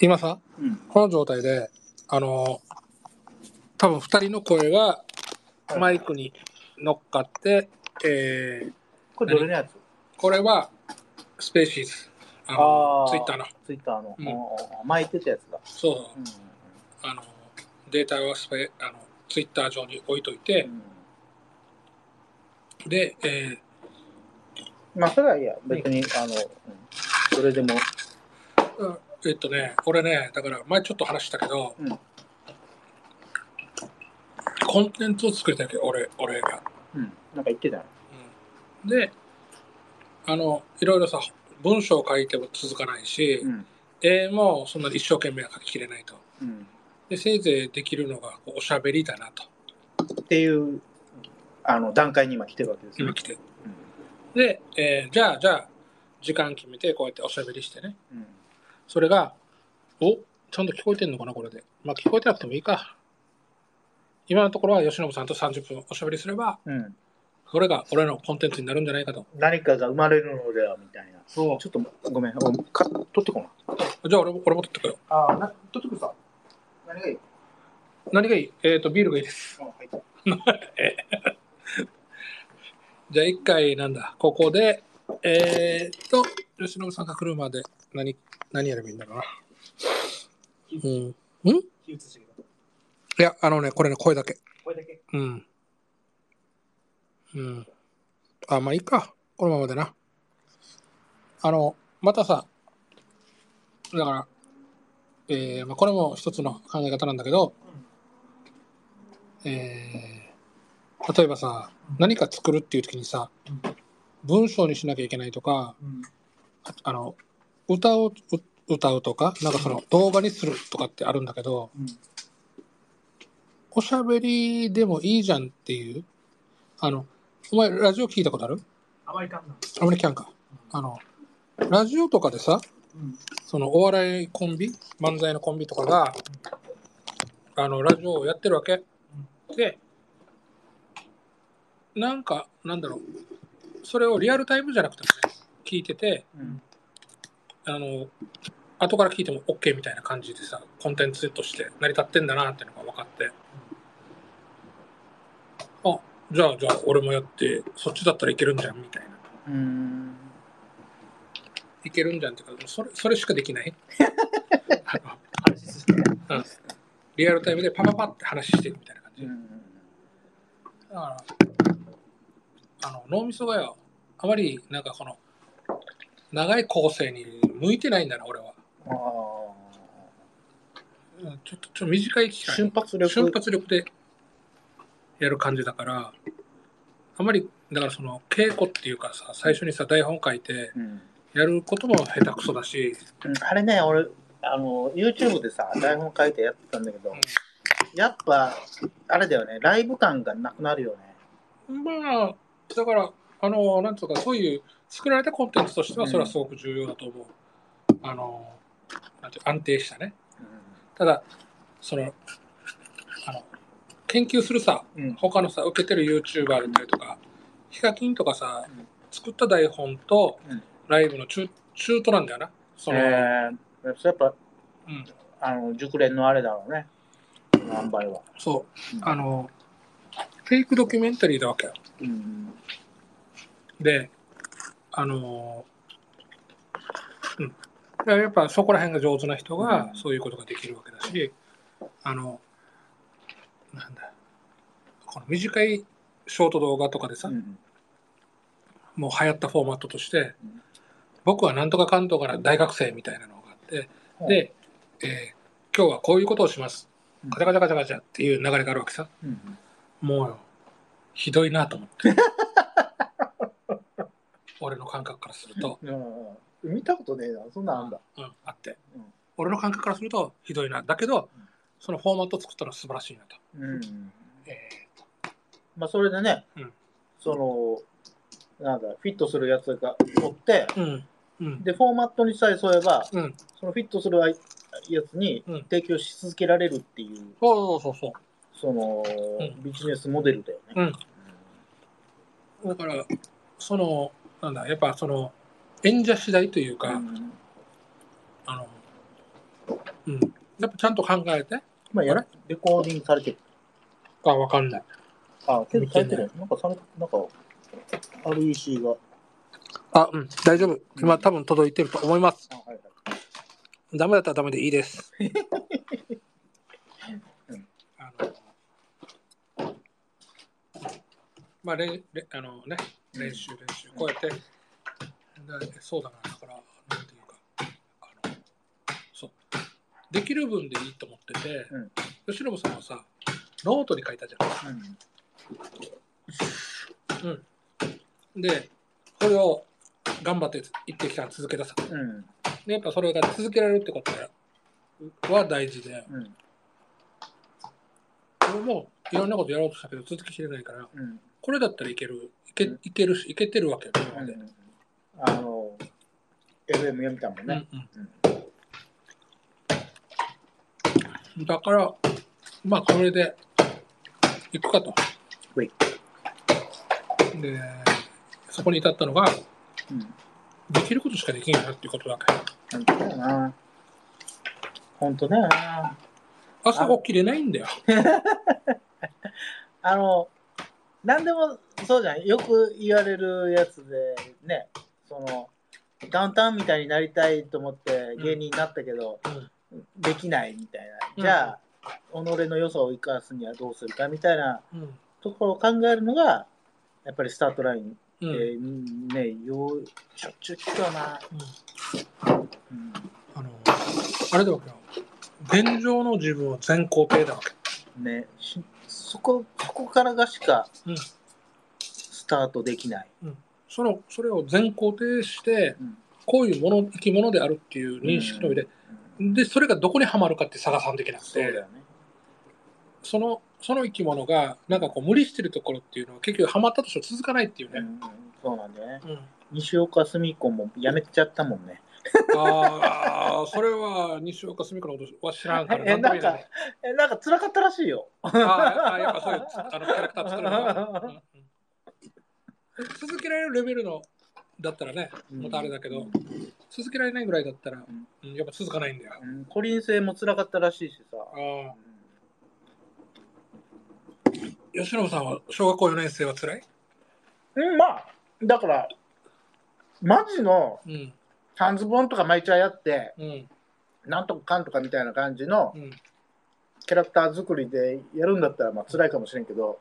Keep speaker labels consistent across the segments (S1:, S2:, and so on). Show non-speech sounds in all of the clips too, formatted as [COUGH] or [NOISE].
S1: 今さ、
S2: うん
S1: この状態で、あの、多分二人の声がマイクに乗っかって、えー、
S2: これどれのやつ
S1: これはスペーシーズ。あの
S2: あ
S1: ツイッター
S2: の。
S1: の。
S2: ツイッターの。
S1: うん
S2: あー巻いてたやつだ。
S1: そうそう
S2: うん
S1: あの、データはスペあのツイッター上に置いといて
S2: う、ん
S1: で、えー
S2: まあ、それはいいや。別に、あの、うんどれでも。
S1: うんえっとね、俺ね、だから前ちょっと話したけど、
S2: うん
S1: コンテンツを作りたいわけど、俺、俺が。
S2: うんなんか言ってたよ。
S1: うんで、あの、いろいろさ、文章を書いても続かないし、
S2: うん。
S1: 絵もそんなに一生懸命は書ききれないと。
S2: うん。
S1: で、せいぜいできるのがこうおしゃべりだなと、
S2: っていう、あの、段階に今来てるわけですね
S1: 今。来て。で、えーじゃあ、じゃあ、時間決めてこうやっておしゃべりしてね。
S2: うん。うん
S1: それが、おちゃんと聞こえてんのかな、これで。まあ、聞こえてなくてもいいか。今のところは吉野さんと30分おしゃべりすれば、
S2: うん。
S1: これが俺のコンテンツになるんじゃないかと。
S2: 何かが生まれるのではみたいな。
S1: そ
S2: ちょっとごめん、おか取ってこな。
S1: う。じゃあ俺も、俺も取ってくよ。
S2: ああ、な取ってくさ。何がいい
S1: 何がいいえっ、と、ビールがいいです。
S2: あはい。
S1: じゃあ一回、なんだ、ここで、えー、っと、吉野さんが来るまで何、何やればいいんだろうな。うん。んい
S2: 火移してくだ
S1: や、あのね、これね、声だけ。
S2: これだけ。
S1: うん。うん。あ、まあいいか。このままでな。あの、またさ、だから、えーまあ、これも一つの考え方なんだけど、えー例えばさ、何か作るっていう時にさ、文章にしなきゃいけないとか、
S2: うん。
S1: ああの、歌をう歌うとか、なんかその動画にするとかってあるんだけど、
S2: うん。
S1: おしゃべりでもいいじゃんっていう。あの、お前、ラジオ聞いたことある
S2: あまりかんな。
S1: あまり聞かんか。あの、ラジオとかでさ、
S2: うん。
S1: そのお笑いコンビ、漫才のコンビとかが、あの、ラジオをやってるわけ。で、なんか、なんだろう。それをリアルタイムじゃなくてもね、聞いてて、
S2: うん。
S1: あの、後から聞いても OK みたいな感じでさ、コンテンツとして成り立ってんだなっていうのが分かって。あ、じゃあじゃあ俺もやって、そっちだったらいけるんじゃんみたいな。
S2: うん。
S1: いけるんじゃんっていうか、それそれしかできない。 [LAUGHS] あの
S2: 話して
S1: リアルタイムでパパパって話していくみたいな感じ。
S2: う
S1: だ
S2: ん。
S1: から、あの、脳みそがよ、あまりなんかこの、長い構成に向いてないんだな、俺は。
S2: ああ。
S1: うんちょっとちょっと短い期間に
S2: 瞬発力。
S1: 瞬発力でやる感じだからあまりだからその稽古っていうかさ最初にさ台本書いて
S2: うん。
S1: やることも下手くそだし、
S2: うんあれね、俺、あの、YouTube でさ、台本書いてやってたんだけど、やっぱ、あれだよね、ライブ感がなくなるよね。
S1: うんまあだからあのなんつうかそういう作られたコンテンツとしては
S2: うん
S1: それはすごく重要だと思う、あのなんていう安定したね
S2: う
S1: ただそのあの研究するさ
S2: ん。うん。
S1: 他のさ受けてる YouTuber だったりとかヒカキンとかさ
S2: うん
S1: 作った台本と
S2: うん
S1: ライブの中中途なんだよなその、
S2: えー、やっぱ、
S1: うん、
S2: あの、熟練のあれだろうね。何倍は。
S1: そう
S2: うん
S1: あのフェイクドキュメンタリーだわけよ
S2: うん。
S1: であのうんだからやっぱそこら辺が上手な人が
S2: うん
S1: そういうことができるわけだし、あのなんだこの短いショート動画とかでさ、
S2: うん。
S1: もう流行ったフォーマットとして
S2: うん、
S1: 僕はなんとか関東から大学生みたいなのがあって、
S2: うん
S1: で、えー今日はこういうことをします
S2: うん。
S1: カチャカチャカチャカチャっていう流れがあるわけさ。
S2: うん。
S1: もうよ、ひどいなと
S2: [LAUGHS]
S1: 思って。俺の感覚からすると、
S2: うん、見たことねえな、そんなんあんだ。
S1: うん、あって
S2: うん。
S1: 俺の感覚からするとひどいな。だけど
S2: うん、
S1: そのフォーマットを作ったのは素晴らしいなと。
S2: うん。
S1: え
S2: まあ、それでね、
S1: うん
S2: その、なんだ、フィットするやつが取って、
S1: ーうん。うん。
S2: で、フォーマットにさえ添えば、
S1: うん。
S2: そのフィットするやつに
S1: うん
S2: 提供し続けられるっていう、
S1: そうそうそう
S2: その、
S1: うん
S2: ビジネスモデルだよね。
S1: うんそう。だから、その、なんだ、やっぱその、演者次第というか、
S2: うん
S1: あの、うん。やっぱちゃんと考えて、
S2: まあ、やらレコーディングされてる。
S1: あ、わかんない。
S2: あ、けどされてるやん。なんかされ、なんか、REC が。
S1: あ、うん、大丈夫。今多分届いてると思います。
S2: あはいはい
S1: ダメだったらダメでいいです。 [LAUGHS] あのまあ、れんれあのね、練習、練習、こうやって、だそうだな、だから、なんていうか、あのそう、できる分でいいと思ってて、
S2: うん
S1: 吉野さんはさ、ノートに書いたじゃ
S2: うん
S1: ん。で、これを頑張って一定期間続けたさ。
S2: うん
S1: で、やっぱそれが続けられるってことは大事で、
S2: うん
S1: 俺もいろんなことやろうとしたけど続ききれないから
S2: うん
S1: これだったらいけるいけ
S2: うん
S1: いけるしいけてるわけよ今
S2: う
S1: まで、
S2: んあの、FM 読みたもんね。
S1: うんうんだからまあこれでいくかと
S2: ほい
S1: でそこに至ったのが
S2: うん。
S1: できることしかできないなっていうことだけ
S2: 本当だよな。本当だよな。
S1: 朝起きれないんだよ
S2: あの、なんでもそうじゃん。よく言われるやつで、ね、その、ダウンタウンみたいになりたいと思って芸人になったけど、できないみたいな。
S1: うん
S2: じゃあ、己の良さを生かすにはどうするかみたいな
S1: うん
S2: ところを考えるのが、やっぱりスタートライン
S1: うん、
S2: っ
S1: うん
S2: て、ね、よう、しょっちゅう聞くよな。
S1: うん
S2: うん
S1: あのあれだわけよ現状の自分を全肯定だわけ
S2: ね、しそこそこからがしか
S1: うん
S2: スタートできない、
S1: そのそれを全肯定して
S2: うん
S1: こういうもの生き物であるっていう認識の上で、でそれがどこにはまるかって探さんできなく
S2: そうだ
S1: て
S2: よね、
S1: そのその生き物がなんかこう無理してるところっていうのは結局はまったとしても続かないっていう
S2: う
S1: ね、
S2: ん、そうなんだよね
S1: うん
S2: 西岡澄子もやめちゃったもんね
S1: ああそれは西岡澄子のことは知らんから
S2: え
S1: 何とも言えない
S2: えなんか辛かったらしいよ
S1: あーあーやっぱそういうあのキャラクター作るのが、うんうん続けられるレベルのだったらねまたあれだけど、続けられないぐらいだったら、
S2: ん
S1: うんやっぱ続かないんだよ、
S2: うん、コリン星も辛かったらしいしさ、
S1: ああ吉野さんは小学校4年生は辛い
S2: うん、まあだからマジの
S1: うん
S2: 半ズボンとか巻いちゃやって
S1: うん
S2: なんとかかんとかみたいな感じの
S1: うん
S2: キャラクター作りでやるんだったらまあ辛いかもしれんけど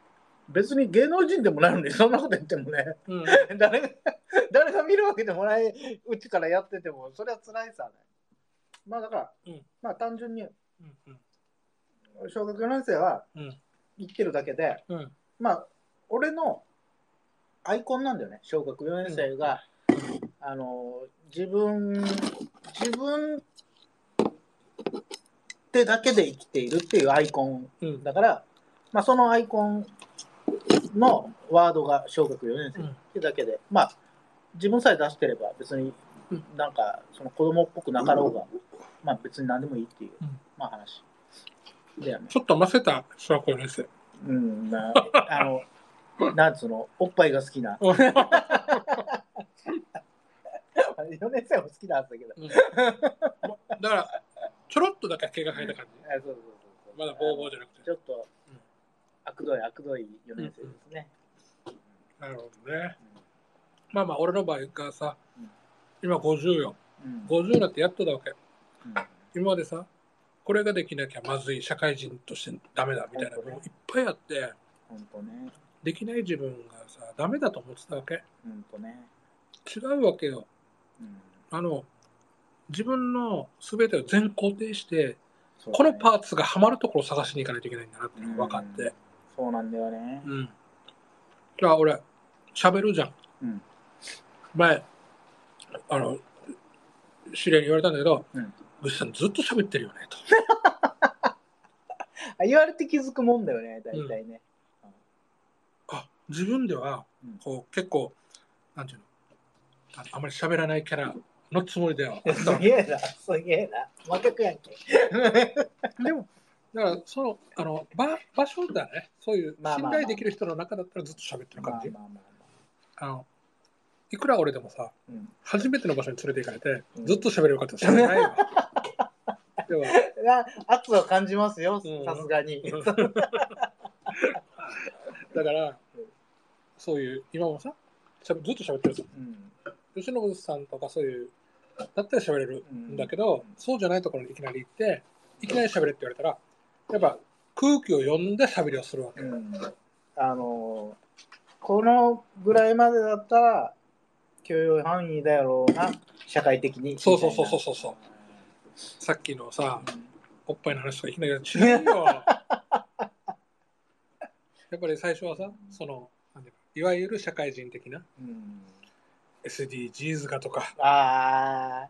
S2: 別に芸能人でもないのにそんなこと言ってもね [LAUGHS]
S1: うん
S2: 誰が誰が見るわけでもないうちからやっててもそれは辛いさねまあだから、
S1: うん
S2: まあ単純に
S1: うん
S2: 小学4年生は
S1: うん
S2: 生きてるだけで
S1: うん
S2: まあ俺のアイコンなんだよね小学4年生が、あの自分自分ってだけで生きているっていうアイコン
S1: うん
S2: だから、まあ、そのアイコンのワードが小学4年生ってだけで、まあ、自分さえ出してれば別に
S1: うん
S2: なんかその子供っぽくなかろうが、まあ別に何でもいいっていう、
S1: うん
S2: まあ話だよね。
S1: ちょっと混ぜた小学校4年生。
S2: うん、なあの、なんつうの、おっぱいが好きな。4年生も好きなはずだけど。
S1: だから、ちょろっとだけ毛が生えた感じ。
S2: あそうそうそうそう
S1: まだボーボーじゃなくて
S2: ち。ょっと
S1: うん、
S2: 悪どい悪どい4年生ですね。
S1: なるほどね。まあまあ、俺の場合がさ
S2: うん、
S1: 今50よ。
S2: うんうん
S1: 50になってやっとだわけ。
S2: うん
S1: 今までさ、これができなきゃまずい、社会人としてダメだみたいなのもいっぱいあって、
S2: 本当ね、
S1: できない自分がさ、ダメだと思ってたわけ。
S2: 本当ね。
S1: 違うわけよ。
S2: うん
S1: あの、自分の全てを全肯定して、
S2: そうだ
S1: こ
S2: ね
S1: のパーツがハマるところを探しに行かないといけないんだなっていうのが分かって。
S2: そうなんだよね。
S1: うん。じゃあ俺、喋るじゃん。
S2: うん
S1: 前、あの、知り合いに言われたんだけど、
S2: うん
S1: ぐっさんずっと喋ってるよね、と。
S2: あ言われて気づくもんだよね、大体ね。
S1: あ、自分では
S2: うん、
S1: こう、結構、なんていうの、ああまり喋らないキャラのつもりだよ。
S2: すげえな、すげえな。負けくやんけ。
S1: でも、だから、その、あの、場場所だね。そういう、
S2: まあ
S1: 信
S2: まあまあ
S1: 頼できる人の中だったらずっと喋ってる
S2: まあま
S1: 感
S2: あ
S1: じ。
S2: まあま
S1: あの、いくら俺でもさ、
S2: あ。うん
S1: 初めての場所に連れて行かれて、
S2: うん
S1: ずっと喋れるかって喋れないよ。で
S2: [LAUGHS]
S1: は、
S2: あ圧を感じますよ、
S1: うん
S2: さすがに。
S1: うんだから、そういう、今もさ、しゃべずっと喋ってるさ、
S2: うん
S1: 吉野さんとかそういう、だったら喋れるんだけど、
S2: うん
S1: そうじゃないところにいきなり行って、いきなり喋れって言われたら、やっぱ空気を読んで喋りをするわけ。
S2: うんあのこのぐらいまでだったら許容範囲だろうな社会的に
S1: そうそうそうそうそうそうさっきのさ、おっぱいの話とかいきなりやっちゃう [LAUGHS] よ。やっぱり最初はさ、その、なんていうかいわゆる社会人的な
S2: うんうん、
S1: SDGs がとか、
S2: あ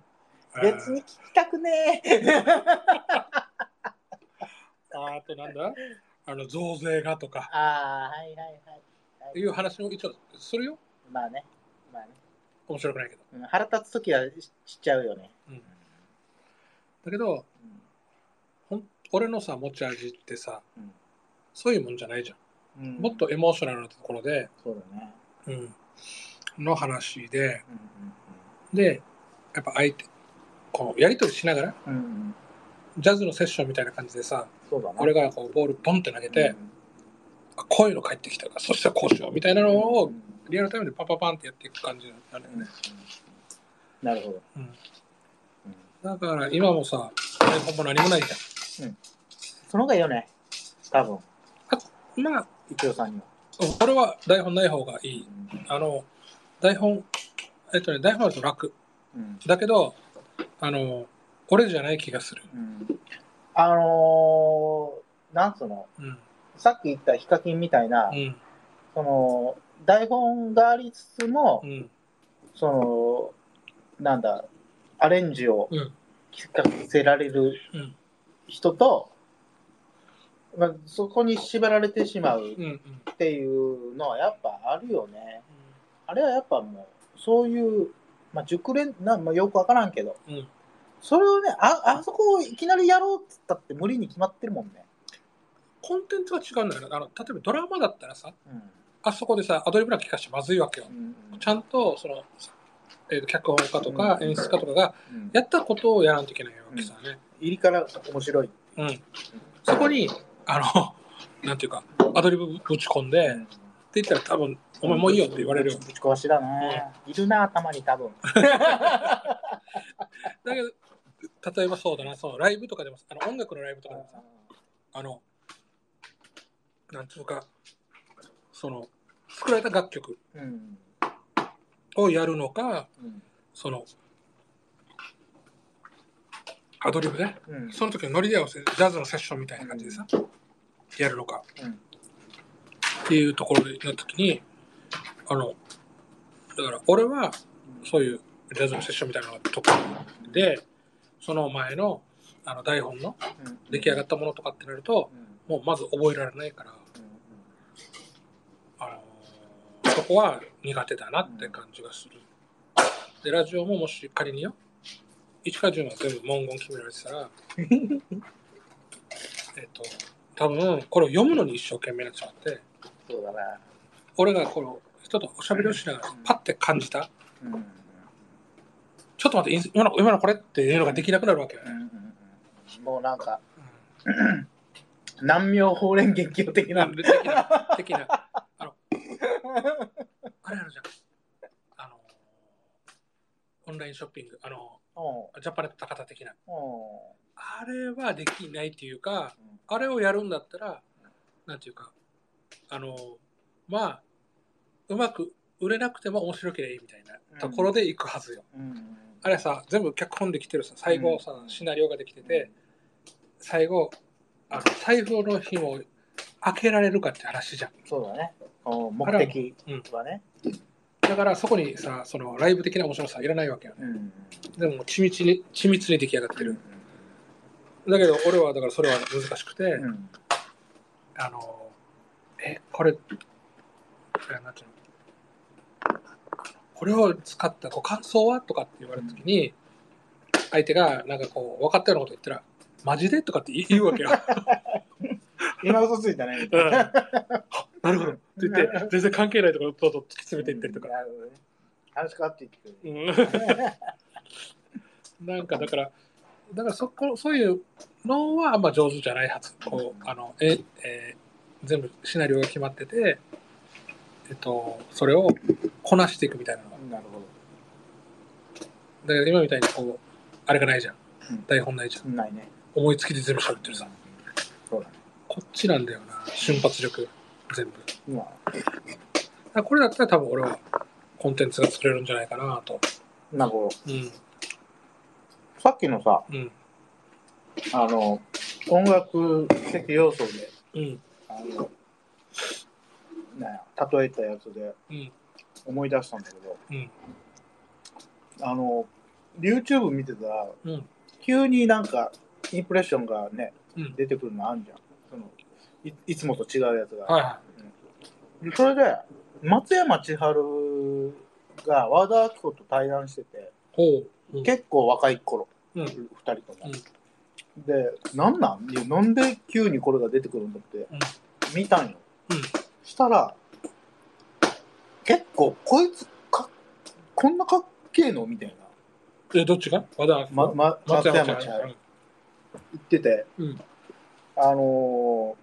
S2: ー別に聞きたくねえ
S1: あーあとなんだあの増税がとか
S2: あーはいはいはいはい
S1: いう話も一応するよ。
S2: まあねまあね
S1: 面白くないけど。
S2: うん腹立つ時はししちゃうよね、
S1: うん、だけど、ほん俺のさ、持ち味ってさ、
S2: うん
S1: そういうもんじゃないじゃ
S2: うん
S1: ん。もっとエモーショナルなところで、
S2: そうだね、
S1: うん、の話で、
S2: うん
S1: で、やっぱ相手、こう、やりとりしながら、
S2: うんうんうんうん、
S1: ジャズのセッションみたいな感じでさ、
S2: そうだね
S1: 俺がこうボールポンって投げて、あこういうの返ってきたから、そしたらこうしようみたいなの
S2: う
S1: を
S2: んうん
S1: リアルタイムでパパパンってやっていく感じなんだよ
S2: うんう
S1: ね
S2: ん。なるほど、
S1: うん
S2: うん
S1: だから今もさ、台本も何もないじ
S2: その方がいいよね多分
S1: ゃん。まあ、
S2: 一応さんには、
S1: うん俺は台本ない方がいい。あの、台本、えっとね、台本あると楽。
S2: うん
S1: だけど、あの、俺じゃない気がする。
S2: うんあのーなんつうの
S1: うん。
S2: さっき言ったヒカキンみたいな、
S1: うん。
S2: その台本がありつつも、
S1: うん。
S2: そのなんだアレンジを
S1: うん。
S2: 聞かせられる
S1: うん。
S2: 人と、まあ、そこに縛られてしまう
S1: うん。うん。
S2: っていうのはやっぱあるよね。あれはやっぱもうそういう、まあ、熟練な、まあ、よくわからんけど
S1: うん。
S2: それをねああそこをいきなりやろうっつったって無理に決まってるもんね。
S1: コンテンツは違うんだよね。あの、例えばドラマだったらさ、
S2: うん
S1: あそこでさ、アドリブなんか聞かしてまずいわけよ。
S2: うん
S1: ちゃんと、その、えー脚本家とか
S2: うん
S1: 演出家とかが、
S2: うん
S1: やったことをやらんといけないわけさね。
S2: 入りから面白い。
S1: うん。そこに、あの、なんていうか、アドリブぶち込んで、って言ったら多分、お前もういいよって言われるよ。
S2: ぶち壊しだね。いるな、たまに多分。
S1: だけど、例えばそうだな、そのライブとかでも、あの音楽のライブとかでもさ、あの、なんていうか、その、作られた楽曲
S2: うん。
S1: をやるのか、
S2: うん。
S1: その、アドリブで、
S2: うん。
S1: その時のノリで合わせ、ジャズのセッションみたいな感じでさ、やるのか
S2: うん
S1: っていうところの時に、あの、だから俺は、そういうジャズのセッションみたいなのが得意で、その前のあの台本の出来上が
S2: っ
S1: ったものとかってなると、もうまず覚えられないから、あのそこは苦手だなって感じがする。で、ラジオももし仮によ、1から10まで全部文言決められてたら、えっと、多分これを読むのに一生懸命になっちまって、
S2: そうだな。
S1: 俺がこの人とおしゃべりをしながら、パッて感じた、
S2: うん。うん
S1: ちょっと待って、今の今のこれっていうのができなくなるわけよね。
S2: うん。もうなんか、難妙法蓮元気を的
S1: な。
S2: なん
S1: で的な、的な。あの、あれあるじゃん。あの、オンラインショッピング、あの、
S2: お
S1: ジャパネット高田的な。
S2: うお
S1: あれはできないっていうか、
S2: う
S1: あれをやるんだったら、なんていうか、あの、まあ、うまく売れなくても面白ければいいみたいなところで行くはずよ。
S2: うん。
S1: あれさ、全部脚本できてるさ、最後さ、
S2: うん
S1: シナリオができてて、最後、あの財布の紐を開けられるかって話じゃん。
S2: そうだね。お目的はね。
S1: だからそこにさ、そのライブ的な面白さはいらないわけよね。
S2: うん。
S1: でももう緻密に、緻密に出来上がってる。だけど俺はだからそれは難しくて、
S2: うん。
S1: あの、え、これ、えなんていうのこれを使ったご感想はとかって言われたときに、相手がなんかこう、分かったようなこと言ったら、マジでとかって言うわけよ。
S2: 今嘘ついたね。
S1: [LAUGHS] うんあなるほど。って言って、全然関係ないところをどんどん突き詰めていってるとか。
S2: なるほどね。話変わっていってくる。
S1: うんなんかだから、だからそこそういうのはあんま上手じゃないはずこうあのえ、えー全部シナリオが決まってて、えっと、それをこなしていくみたいなのが
S2: [LAUGHS] なるほ
S1: だから今みたいにこうあれがないじゃん、
S2: うん
S1: 台本ないじゃん
S2: ど。ないね。
S1: 思いつきで全部喋ってるさ
S2: そうだね。
S1: こっちなんだよな瞬発力全部だか
S2: まあ、
S1: らこれだったら多分俺はコンテンツが作れるんじゃないかなと
S2: なんかこう
S1: うん
S2: さっきのさ、
S1: うん
S2: あの、音楽的要素で、
S1: うん
S2: あの、なんや、例えたやつで
S1: うん
S2: 思い出したんだけど、
S1: うん
S2: あの、YouTube 見てたら、
S1: うん
S2: 急になんか、インプレッションがね、
S1: うん
S2: 出てくるのあんじゃん。そのいいつもと違うやつが。
S1: はいは
S2: でそれで、松山千春が和田アキ子と対談してて、
S1: いほう、うん、
S2: 結構若い頃、
S1: う
S2: 二
S1: ん
S2: 人とも。で、なんなんいやなんで急にこれが出てくるんだって、見たんよ。
S1: うん
S2: したら、結構、こいつか、こんなかっけえのみたいな。
S1: えどっちが和田
S2: ま、ま、松山千
S1: ち
S2: 春。言ってて、
S1: うん
S2: あのー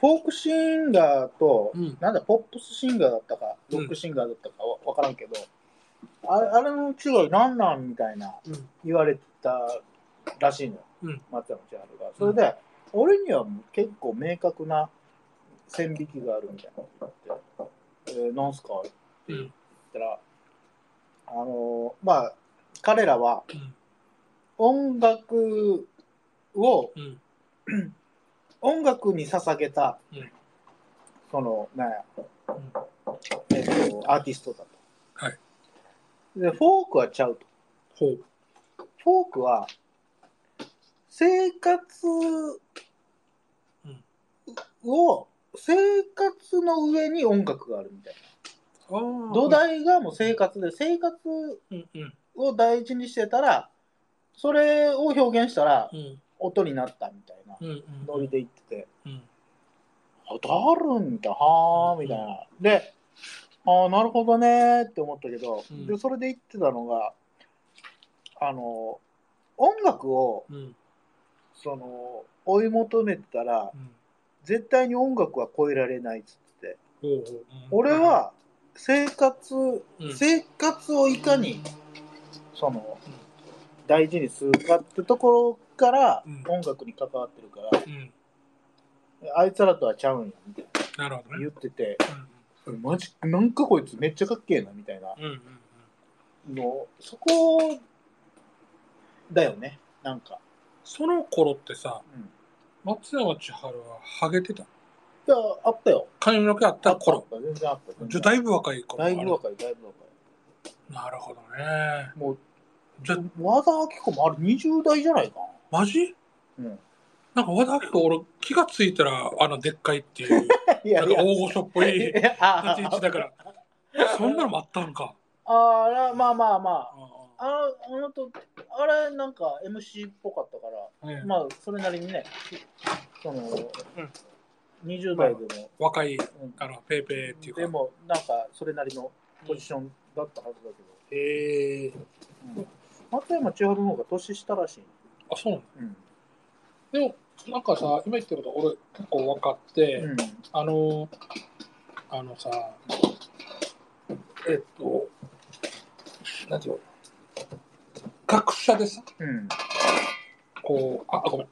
S2: フォークシンガーと、
S1: うん
S2: なんだ、ポップスシンガーだったか、
S1: うん
S2: ロックシンガーだったかわわからんけど、あれあれの違いなんなんみたいな
S1: うん
S2: 言われたらしいのよ、
S1: うん
S2: 松山千春が。それで、俺にはもう結構明確な線引きがあるみたいなこと言って、えー、なんすかって
S1: う
S2: 言っ
S1: ん
S2: たら、あのーまあ、彼らは
S1: うん
S2: 音楽を
S1: うん
S2: 音楽に捧げた、
S1: うん
S2: そのなんや、
S1: ん
S2: えっとアーティストだと、
S1: はい
S2: でフォークはちゃうと
S1: ほう
S2: フォークは生活
S1: ん
S2: を生活の上に音楽があるみたい
S1: あー
S2: な土台がもう生活で生活
S1: うんうん
S2: を大事にしてたらそれを表現したら
S1: うん
S2: 音になったみたいな
S1: うんうん
S2: ノリで言ってて、
S1: うん
S2: あ、だるんだ、はあ、みたいな。で、ああ、なるほどねーって思ったけど、
S1: うん
S2: で、それで言ってたのが、あの、音楽を、
S1: うん
S2: その、追い求めてたら、
S1: うん
S2: 絶対に音楽は超えられないっつってて、
S1: ほうほううん
S2: 俺は、生活、
S1: うん
S2: 生活をいかに、その、大事にするかってところから
S1: うん、
S2: 音楽に関わってるから、
S1: うん
S2: あいつらとはちゃうんや、みたいな
S1: なるほどね
S2: 言ってて、
S1: う
S2: マジなんかこいつめっちゃかっけえなみたいなん
S1: うんうん
S2: のそこだよねなんか、
S1: その頃ってさ
S2: うん、
S1: 松山千春はハゲてた
S2: いやあったよ
S1: 髪の毛あっ
S2: あ
S1: た
S2: ったあ
S1: 頃
S2: った全然あった全
S1: じゃ
S2: 然
S1: あだいぶ若い頃
S2: だいぶ若いだいぶ若い
S1: なるほどね
S2: もう
S1: じゃあ
S2: 和田アキ子もあれ20代じゃないか
S1: マジ
S2: な、うん、
S1: なんか和田アキ子俺気がついたらあのでっかいって [LAUGHS] いう
S2: い
S1: な
S2: や
S1: ん
S2: い
S1: か
S2: や
S1: 大御所っぽい立
S2: やあ
S1: ち位置だからそんなのもあったんか
S2: あらまあまあまあ
S1: あ
S2: あのあのとあれなんか MC っぽかったから
S1: あね
S2: まあそれなりにねその、
S1: ん
S2: 20代でも、
S1: 若い
S2: うん
S1: あのペーペーっていうか
S2: でもなんかそれなりのポジションだったはずだけど、
S1: ええ
S2: 松山千春の方が年下らしい、
S1: あそうなの
S2: うん
S1: でもなんかさ今言ってること俺結構分かって、
S2: うん
S1: あのあのさえっと何て言うの学者でさ
S2: うん、
S1: こうああごめん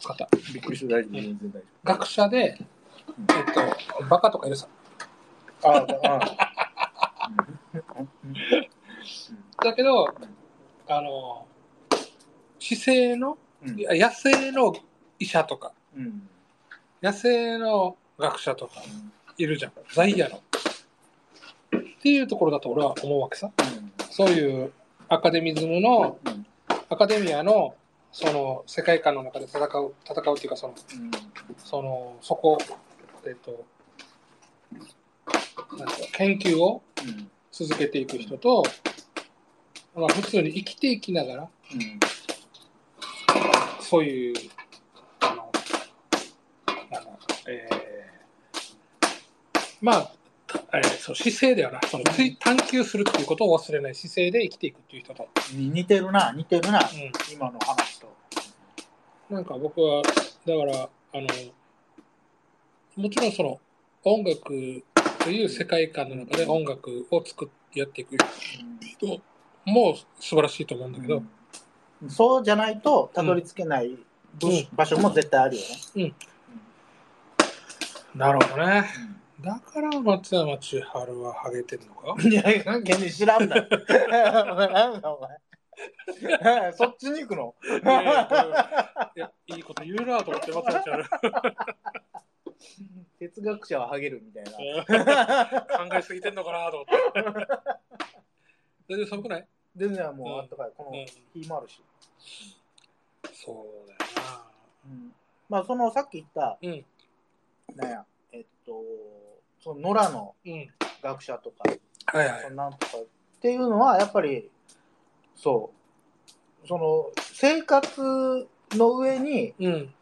S1: 使った
S2: びっくりして大丈夫全然大
S1: 学者で
S2: ん
S1: えっとバカとかいるさ
S2: 丈夫あああ
S1: だけどあの市政の
S2: うん
S1: いや野生の医者とか
S2: うん
S1: 野生の学者とかいるじゃん在野のっていうところだと俺は思うわけさそういうアカデミズムのアカデミアのその世界観の中で戦う戦うっていうかそのそのそこえっとなんていうの研究を続けていく人と、まあ、普通に生きていきながらそういうあのあの、えーまあたえーそう姿勢ではなくその追探求するっていうことを忘れない姿勢で生きていくっていう人と、
S2: に似てるな似てるな
S1: うん、
S2: 今の話と
S1: なんか僕はだからあのもちろんその音楽という世界観の中で音楽を作ってやっていく人も素晴らしいと思うんだけど、
S2: うんそうじゃないとたどり着けない部
S1: うん
S2: 場所も絶対あるよね
S1: なるほどねだから松山千春はハゲてるのか
S2: うんいや関係に知らんだお前なんだお前 [LAUGHS] そっちに行くの
S1: いやいやいやいいこと言うなと思って松山千春
S2: 哲学者はハゲるみたいな
S1: 考えすぎてんのかなと思って大丈夫寒くない
S2: 全然もうあったかいこ
S1: うん
S2: の日もあるし
S1: そうだよな
S2: うんまあそのさっき言った、
S1: うん
S2: なんやえっとその野良の
S1: うん
S2: 学者とか
S1: はいは
S2: そ
S1: い
S2: のなんとかっていうのはやっぱりそうその生活の上に
S1: うん、うん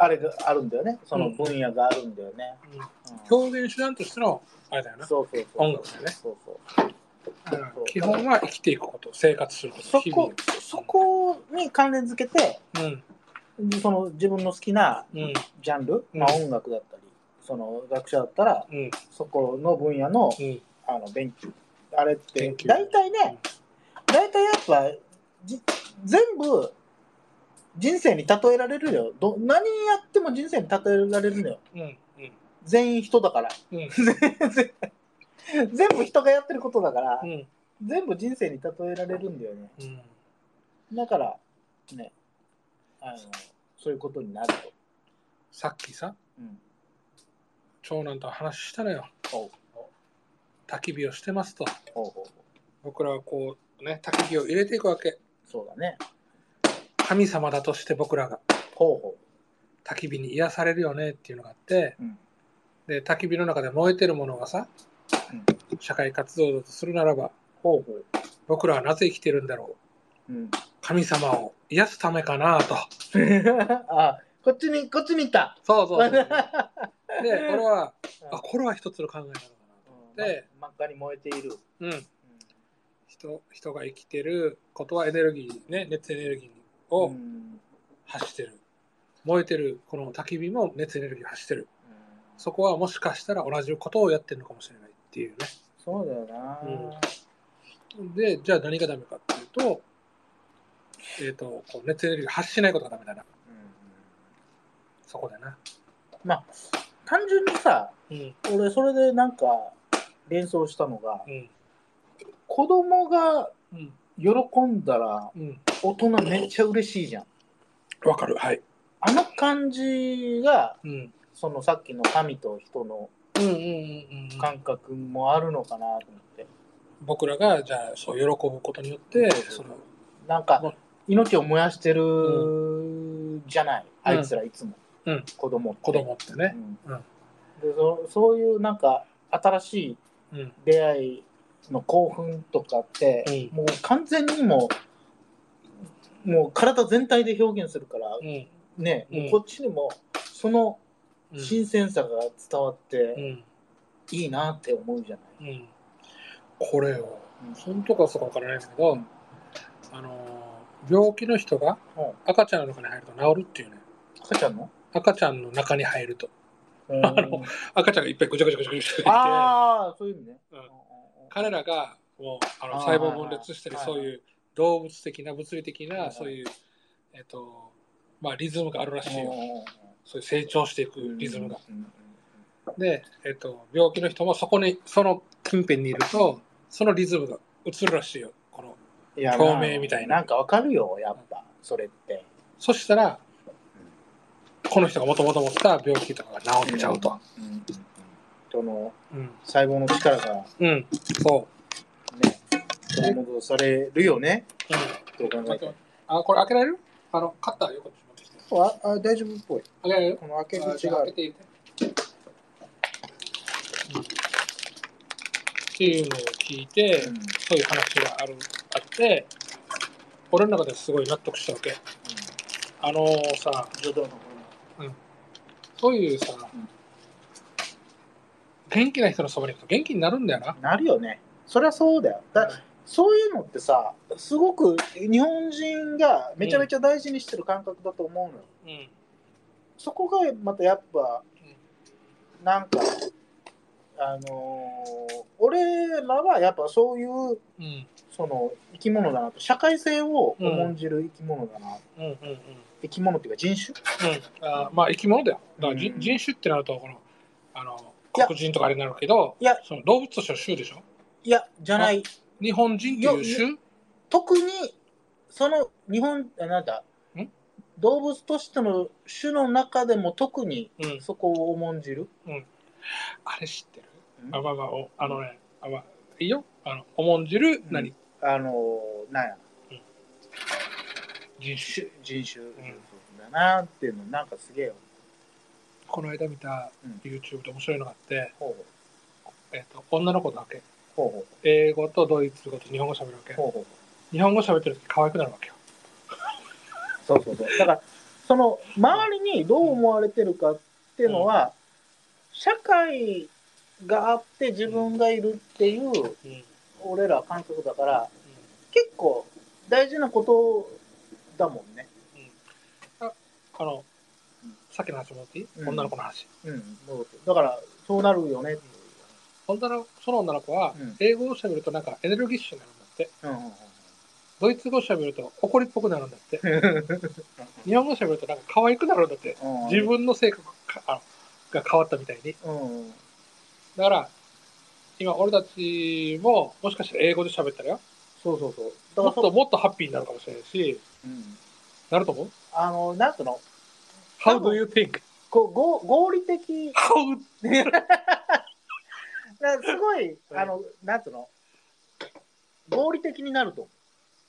S2: あれがあるんだよねその
S1: うん
S2: 分野があるんだよね、うん
S1: 表現手段としてのあれだよな
S2: そうそうそう
S1: 音楽だよね
S2: そうそ
S1: う
S2: う
S1: ん基本は生きていくこと生活すること
S2: そ
S1: 日々
S2: こそこに関連づけて
S1: うん
S2: その自分の好きな
S1: うん
S2: ジャンル、
S1: うん
S2: まあ、音楽だったりその学者だったら
S1: うん
S2: そこの分野の
S1: うん
S2: あの勉強あれって
S1: 勉強
S2: 大体ね大体やっぱじ全部人生に例えられるよど何やっても人生に例えられるのよ
S1: うんうん
S2: 全員人だから [LAUGHS]
S1: うん
S2: 全部人がやってることだから、
S1: うん
S2: 全部人生に例えられるんだよね
S1: うん
S2: だからねあのそういうことになると、
S1: さっきさ
S2: うん、
S1: 長男と話したのよ
S2: おう
S1: 焚き火をしてますと
S2: おうおうおう
S1: 僕らはこうね焚き火を入れていくわけ
S2: そうだね
S1: 神様だとして僕らが
S2: ほうほ
S1: 焚き火に癒されるよねっていうのがあって
S2: う、うん
S1: で焚き火の中で燃えてるものがさ
S2: うん
S1: 社会活動だとするならば
S2: ほうほう、
S1: 僕らはなぜ生きてるんだろう
S2: うん、 [LAUGHS]
S1: 神様を癒すためかなと
S2: あこっちにこっちに行った
S1: そうそう
S2: [LAUGHS]
S1: そうで
S2: うん
S1: 俺はあこれは一つの考えなのかなと思って、
S2: ま真っ赤に燃えている、
S1: うん、人人が生きてることはエネルギーね熱エネルギー
S2: う
S1: を
S2: ん
S1: 発してる、燃えてるこの焚き火も熱エネルギーを発してるそこはもしかしたら同じことをやってるのかもしれないっていうね
S2: そうだよな、
S1: うんでじゃあ何がダメかっていうと,、えー、とこう熱エネルギーを発しないことがダメだなそこだな、
S2: まあ単純にさ
S1: うん
S2: 俺それでなんか連想したのが
S1: うん
S2: 子供が
S1: うん
S2: 喜んだら
S1: うん、
S2: 大人めっちゃ嬉しいじゃん
S1: わかるはい、
S2: あの感じが
S1: うん、
S2: そのさっきの神と人の
S1: うんうんうんうん
S2: 感覚もあるのかなと思って
S1: 僕らがじゃあそう喜ぶことによってその
S2: なんか命を燃やしてるじゃない、あいつらいつも、
S1: うん
S2: 子供って
S1: 子供ってね
S2: う
S1: うん
S2: んでそそういうなんか新しい
S1: うん
S2: 出会いの興奮とかって、
S1: うん
S2: もう完全にもうもう体全体で表現するから、
S1: うん
S2: ね、
S1: うん
S2: もうこっちにもその
S1: うん
S2: 新鮮さが伝わっ
S1: う
S2: て
S1: ん
S2: いいなって思うじゃない。
S1: うん、これを
S2: うん
S1: 本当かそうかわからないですけど、
S2: うん
S1: あのー病気の人が
S2: うん
S1: 赤ちゃんの中に入ると治るっていうね
S2: 赤ちゃんの
S1: 赤ちゃんの中に入ると
S2: うん
S1: の赤ちゃんがいっぱいぐちゃぐちゃぐちゃぐちゃぐちゃ
S2: [LAUGHS] ああそういう意味ね。
S1: うん
S2: うんうんうん
S1: 彼らがもうあの
S2: あ
S1: 細
S2: ー
S1: 胞分裂したり
S2: はい
S1: そういう動物的な物理的
S2: はいは
S1: ないそういう、えっとまあ、リズムがあるらしい
S2: うん
S1: よ
S2: うん
S1: そういう成長していく
S2: うん
S1: リズムが。。
S2: うんうんうん
S1: で、えっと病気の人もそこにその近辺にいるとそのリズムが移るらしいよこの
S2: いや
S1: 透明みたいなん
S2: かわかるよやっぱそれって。
S1: そしたら、この人がもともと持ってた病気とかが治っちゃうと。
S2: うんうんうん。その
S1: うん。
S2: 細胞の力がね、
S1: うん。そ
S2: 取り戻されるよね。
S1: う。
S2: どう考
S1: うん。
S2: えても。
S1: あ、これ開けられるあの、カッターよこっち持ってきて。
S2: ああ大丈夫っぽい。
S1: 開けられる
S2: この開け
S1: あじ
S2: 口
S1: ゃあ
S2: があ
S1: 開け
S2: る。
S1: てみて。うんっていうのを聞いて、
S2: うんうん
S1: そういう話があるあって、俺の中ですごい納得したわけ。あのさ、
S2: ブドウのこ
S1: そういうさ、
S2: うん
S1: 元気な人のそばに行くと元気になるんだよな。
S2: なるよねそりゃそうだよだそういうのってさすごく日本人がめちゃめちゃ大事にしてる感覚だと思うのよ、
S1: うん。
S2: そこがまたやっぱ
S1: うん
S2: なんかあのー俺らはやっぱそういう
S1: うん。
S2: その生き物だなと社会性を重んじる生き物だな、
S1: うん。うん。うん。
S2: 生き物っていうか人種
S1: うん。あーまあ、生き物だよ。だから人、
S2: うん
S1: 人種ってなると、この、あの、
S2: いや
S1: 黒人とかあれになるけど、
S2: いや
S1: その動物としての種でしょ。
S2: いやじゃない
S1: 日本人っていう種
S2: 特にその日本あなんだ
S1: ん
S2: 動物としての種の中でも特に
S1: うん。
S2: そこを重んじる、
S1: あれ知ってる
S2: うん
S1: あ、まあまあ、おあのね、あ、まあ、いいよ。あの、重んじる、何、
S2: あのーなんや
S1: 人種。
S2: 種人種だなっていうのなんかすげえよ、
S1: この間見た
S2: うん
S1: YouTube で面白いのがあって、
S2: ほう
S1: えっと、女の子だけ。
S2: ほうほう
S1: 英語とドイツ語と日本語喋るわけ。
S2: ほうほう
S1: 日本語喋ってる時可愛くなるわけよ。
S2: そうそうそう。だから、その、周りにどう思われてるかっていうのは、社会があって自分がいるっていう、
S1: うん。うん
S2: 俺ら感覚だから、結構大事なことだもんね。
S1: あの
S2: うん、
S1: さっきの話もっていい、
S2: うん
S1: 女の子の話。
S2: うん。そうだから、そうなるよねってい
S1: 女のその女の子は
S2: うん、
S1: 英語を喋るとなんかエネルギッシュになるんだって。
S2: う。うん。
S1: ドイツ語喋ると怒りっぽくなるんだって。日本語喋るとなんか可愛くなるんだって。自分の性格かあのが変わったみたいに。
S2: うん。うん。
S1: だから、今俺たちも、もしかしたら英語で喋ったらよ。
S2: そうそうそう。だ
S1: も
S2: か
S1: っと
S2: らそ、
S1: もっとハッピーになるかもしれないし、
S2: うん、
S1: なると思う
S2: あの、なんつうの
S1: ?How do you think?
S2: こうご合理的
S1: How?
S2: だからすごい、
S1: うん
S2: あの、なんつうの、合理的になると思う。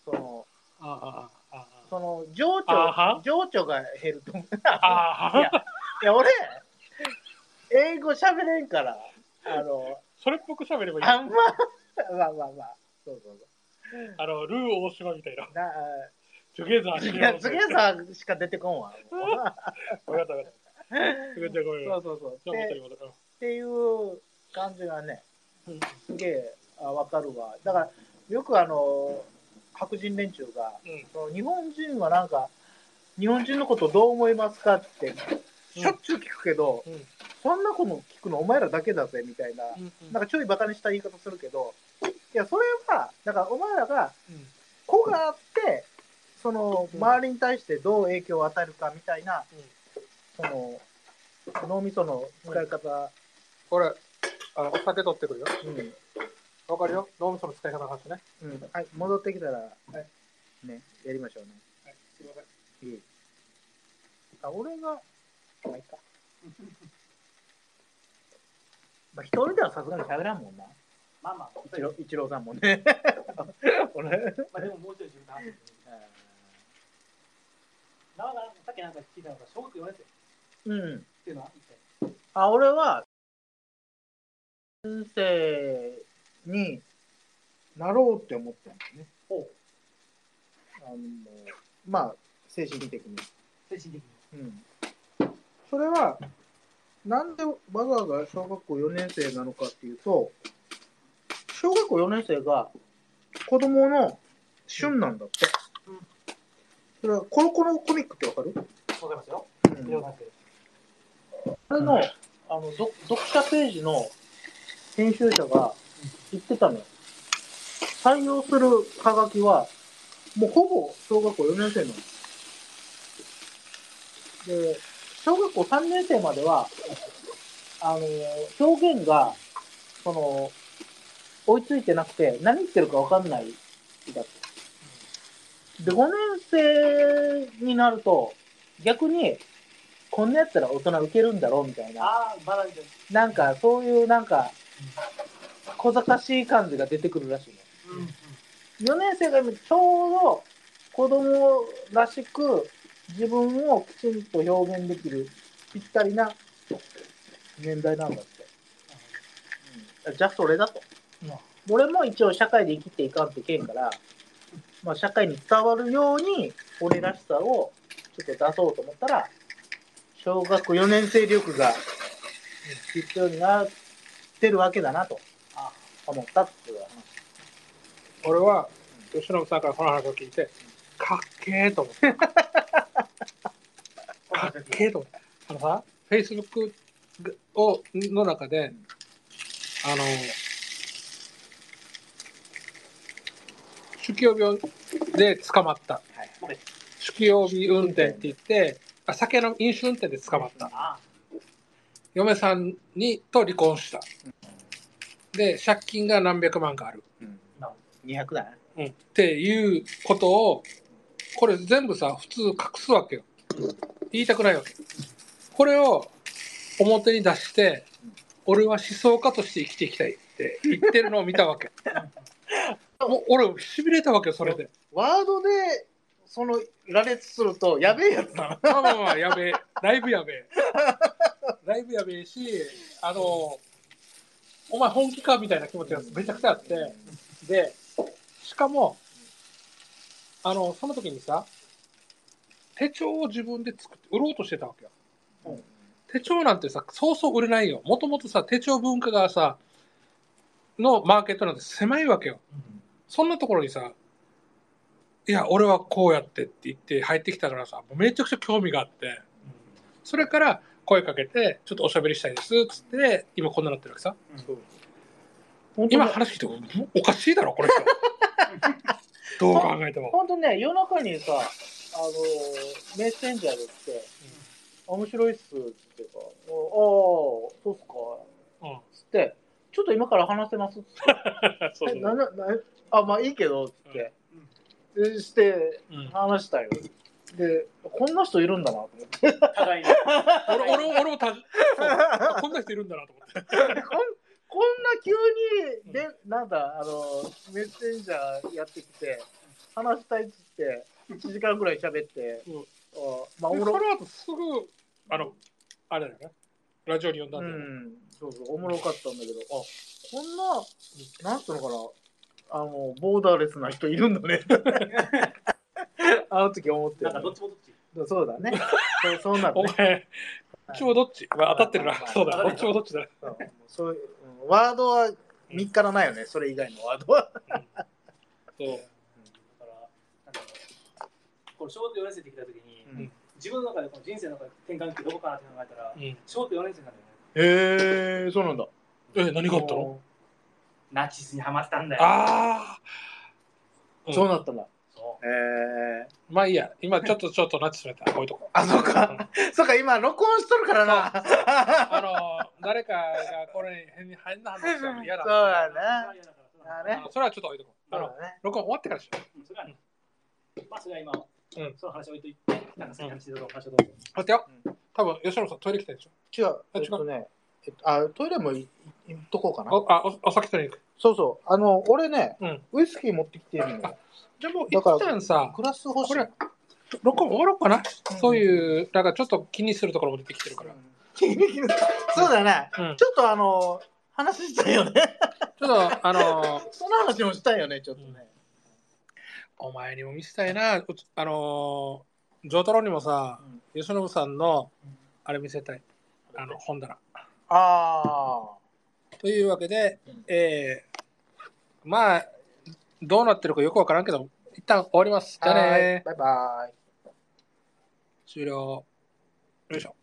S2: その、
S1: ああ、ああ、
S2: その情
S1: あは
S2: 緒、情緒が減ると思う。
S1: ああ
S2: いや、 [LAUGHS] いや俺、英語喋れんから、あの、
S1: それっぽく喋ればいい。
S2: あ
S1: あ
S2: んま、まあまあまあ、そうそうそ
S1: の、ルー大島みたいな。
S2: う。な
S1: トゥゲザー
S2: いや、次
S1: ー。
S2: はさしか出てこん [LAUGHS] わ。もう
S1: わかったわかった。トゥゲザーごめん。じゃ
S2: そ
S1: あ
S2: うそうそう。
S1: 元に
S2: で
S1: 戻ろ
S2: っていう感じがね、
S1: う。うん。
S2: すげえあわかるわ。だから、よくあの、白人連中が、その日本人はなんか、日本人のことどう思いますかって、しょっちゅう聞くけど、
S1: うん。
S2: そんなこと聞くのお前らだけだぜみたいな、
S1: うん。
S2: なんかちょいバカにした言い方するけど、いや、それは、だからお前らが、
S1: うん。
S2: 子があって、その、
S1: うん
S2: 周りに対してどう影響を与えるかみたいな、その、脳みその使い方、
S1: これ、あの、お酒取ってくるよ。
S2: うん、
S1: わかるよ。脳みその使い方の話ね。
S2: うん、はい、戻ってきたら、ね、やりましょうね。
S1: はい、すいません。
S2: いいあ、俺が、まあ、いいか。 [LAUGHS] まあ、一人ではさすがに喋らんもんな。
S1: まあまあ、
S2: 一郎一郎さんもね。 [LAUGHS] 俺。
S1: まあでももうちょい自分で話してなんか、さっきなんか聞いたのが、小学4年生っ
S2: うん。
S1: ていうのは
S2: あ、俺は、先生になろうって思ったんだよね。
S1: ほう
S2: あの、まあ、精神的に。
S1: 精神的に。
S2: うん。それは、なんでわざわざ小学校4年生なのかっていうと、小学校4年生が子供の旬なんだって。
S1: うん
S2: それは、コロコロコミックってわかる、
S1: わかりますよ。
S2: うん
S1: 4年生。
S2: それの、あの、読読者ページの編集者が言ってたのよ。採用するハガキは、もうほぼ小学校4年生なの。で、小学校3年生までは、あの、表現が、その、追いついてなくて、何言ってるかわかんないだって。で、5年生になると、逆に、こんなやったら大人受けるんだろうみたいな。
S1: ああ、まだみたいな。
S2: なんか、そういうなんか、小賢しい感じが出てくるらしい
S1: うん。
S2: の。4年生が今ちょうど子供らしく自分をきちんと表現できるぴったりな年代なんだって。じゃあそれだと。
S1: うん
S2: 俺も一応社会で生きていかんといけんから、まあ、社会に伝わるように俺らしさをちょっと出そうと思ったら小学4年生力が必要になっってるわけだなと
S1: あ
S2: 思ったっていう話
S1: 俺は吉野さんからこの話を聞いてかっけえと思ってかっけえと思ってあのさフェイスブックをの中であの酒気帯びをで捕まった
S2: はい
S1: 酒気帯び運転って言ってあ酒の飲酒運転で捕まった
S2: あ
S1: 嫁さんにと離婚したで借金が何百万かある
S2: うん200だね
S1: うんっていうことをこれ全部さ普通隠すわけよ言いたくないわけこれを表に出して俺は思想家として生きていきたいって言ってるのを見たわけもう俺しびれたわけよそれで
S2: ワードでその羅列するとやべえやつだな
S1: まあまあまあやべえライブやべえライブやべえしあのお前本気かみたいな気持ちがめちゃくちゃあって、で、しかも、あの、その時にさ、手帳を自分で作って、売ろうとしてたわけよ。
S2: うん
S1: 手帳なんてさ、そうそう売れないよ。もともとさ、手帳文化がさ、のマーケットなんて狭いわけよ。そんなところにさ、いや、俺はこうやってって言って入ってきたからさ、もうめちゃくちゃ興味があって、それから声かけて、ちょっとおしゃべりしたいです、つって、今こんななってるわけさ。今話聞いてもおかしいだろこれ
S2: [LAUGHS]
S1: どう考えても
S2: 本当ね夜中にさあのメッセンジャーで来て「面白いっす」っていうか「ああそうっすか」
S1: うん
S2: [LAUGHS] つって「ちょっと今から話せます」っつっ
S1: [LAUGHS]
S2: て
S1: そ
S2: えなななあまあいいけど」っつって、でして
S1: うん
S2: 話したよでこんな人いるんだなと思って
S3: 互いに。
S1: 俺俺も俺もたそうあこんな人いるんだなと思って
S2: こんこんな急にで、なんだあのメッセンジャーやってきて話したいっつって1時間ぐらい喋って、
S1: うん
S2: あまあお
S1: で
S2: も
S1: そ
S2: ろ
S1: の後すぐあのあれだよねラジオに呼んだ
S2: うん
S1: だよね、
S2: んそうそうおもろかったんだけどあこんななんつうのかなあのボーダーレスな人いるんだねあの時思って
S3: なんかどっちもどっち。
S2: そうだねそうそうなる
S1: お
S2: ね
S1: 前どっちもどっち、まあ、当たってるな、
S2: はい
S1: そうだ
S3: 当
S1: ど
S3: た
S1: っ
S3: る
S1: ちもどっちだ
S2: そうそういううんワードは見っからないよねそれ以外のワードは
S1: そう
S3: だから、なんだろうこれ、小学4年生って来た時に、
S1: ん
S3: 自分の中でこの人生の中で転換期どこかなって考えたら、
S1: うん、
S3: 小学4年生なんだよね。
S2: へえそうなんだ
S1: え何があったの
S3: ナチスにハマったんだよ。
S1: ああ、
S2: そう
S1: うん
S2: なったんだ
S3: そう。
S2: えー、
S1: まあいいや今ちょっとちょっとナチスめたこういうとこ
S2: あそうかそっか今録音しとるからな
S1: あの誰かがこれに変に変な話したら嫌だ
S2: そうだ
S3: あ
S2: ね
S3: れだから
S2: あ
S3: さ
S2: れ
S1: あのそれはちょっと置いとこう。
S2: そ
S1: あ
S2: う
S1: の
S2: だね
S1: 録音終わってからしよう。
S3: うんそれはねまあ、それは今、
S1: うん
S3: その話置いといて、なんかさっき話してた話をどうぞ。
S1: 待ってよ。多分吉野さんトイレ来てるでしょ。
S2: 違う
S1: 違う
S2: えっとねえっとあトイレもい行っとこうかな
S1: おあおお先トイレ行く。
S2: そうそうあの俺ね
S1: うん。
S2: ウイスキー持ってきてるのよ
S1: じゃあもう
S2: だから
S1: 一旦さ、
S2: グラス欲しい
S1: これ録音終わろうかな。
S2: ん
S1: そういうなんかちょっと気にするところも出てきてるから。
S2: [LAUGHS] そうだね
S1: うん。ち
S2: ちょっとあの話したいよね
S1: ょっとあのー
S2: [LAUGHS] その話もしたいよねちょっとね、
S1: お前にも見せたいな。うちあのージョータロにもさ、吉野さんのあれ見せたい。あの本棚。
S2: あ
S1: というわけで、えー、まあどうなってるかよくわからんけど、一旦終わります。
S2: あ
S1: じゃあねー
S2: はいバイバイ
S1: 終了。よいしょ。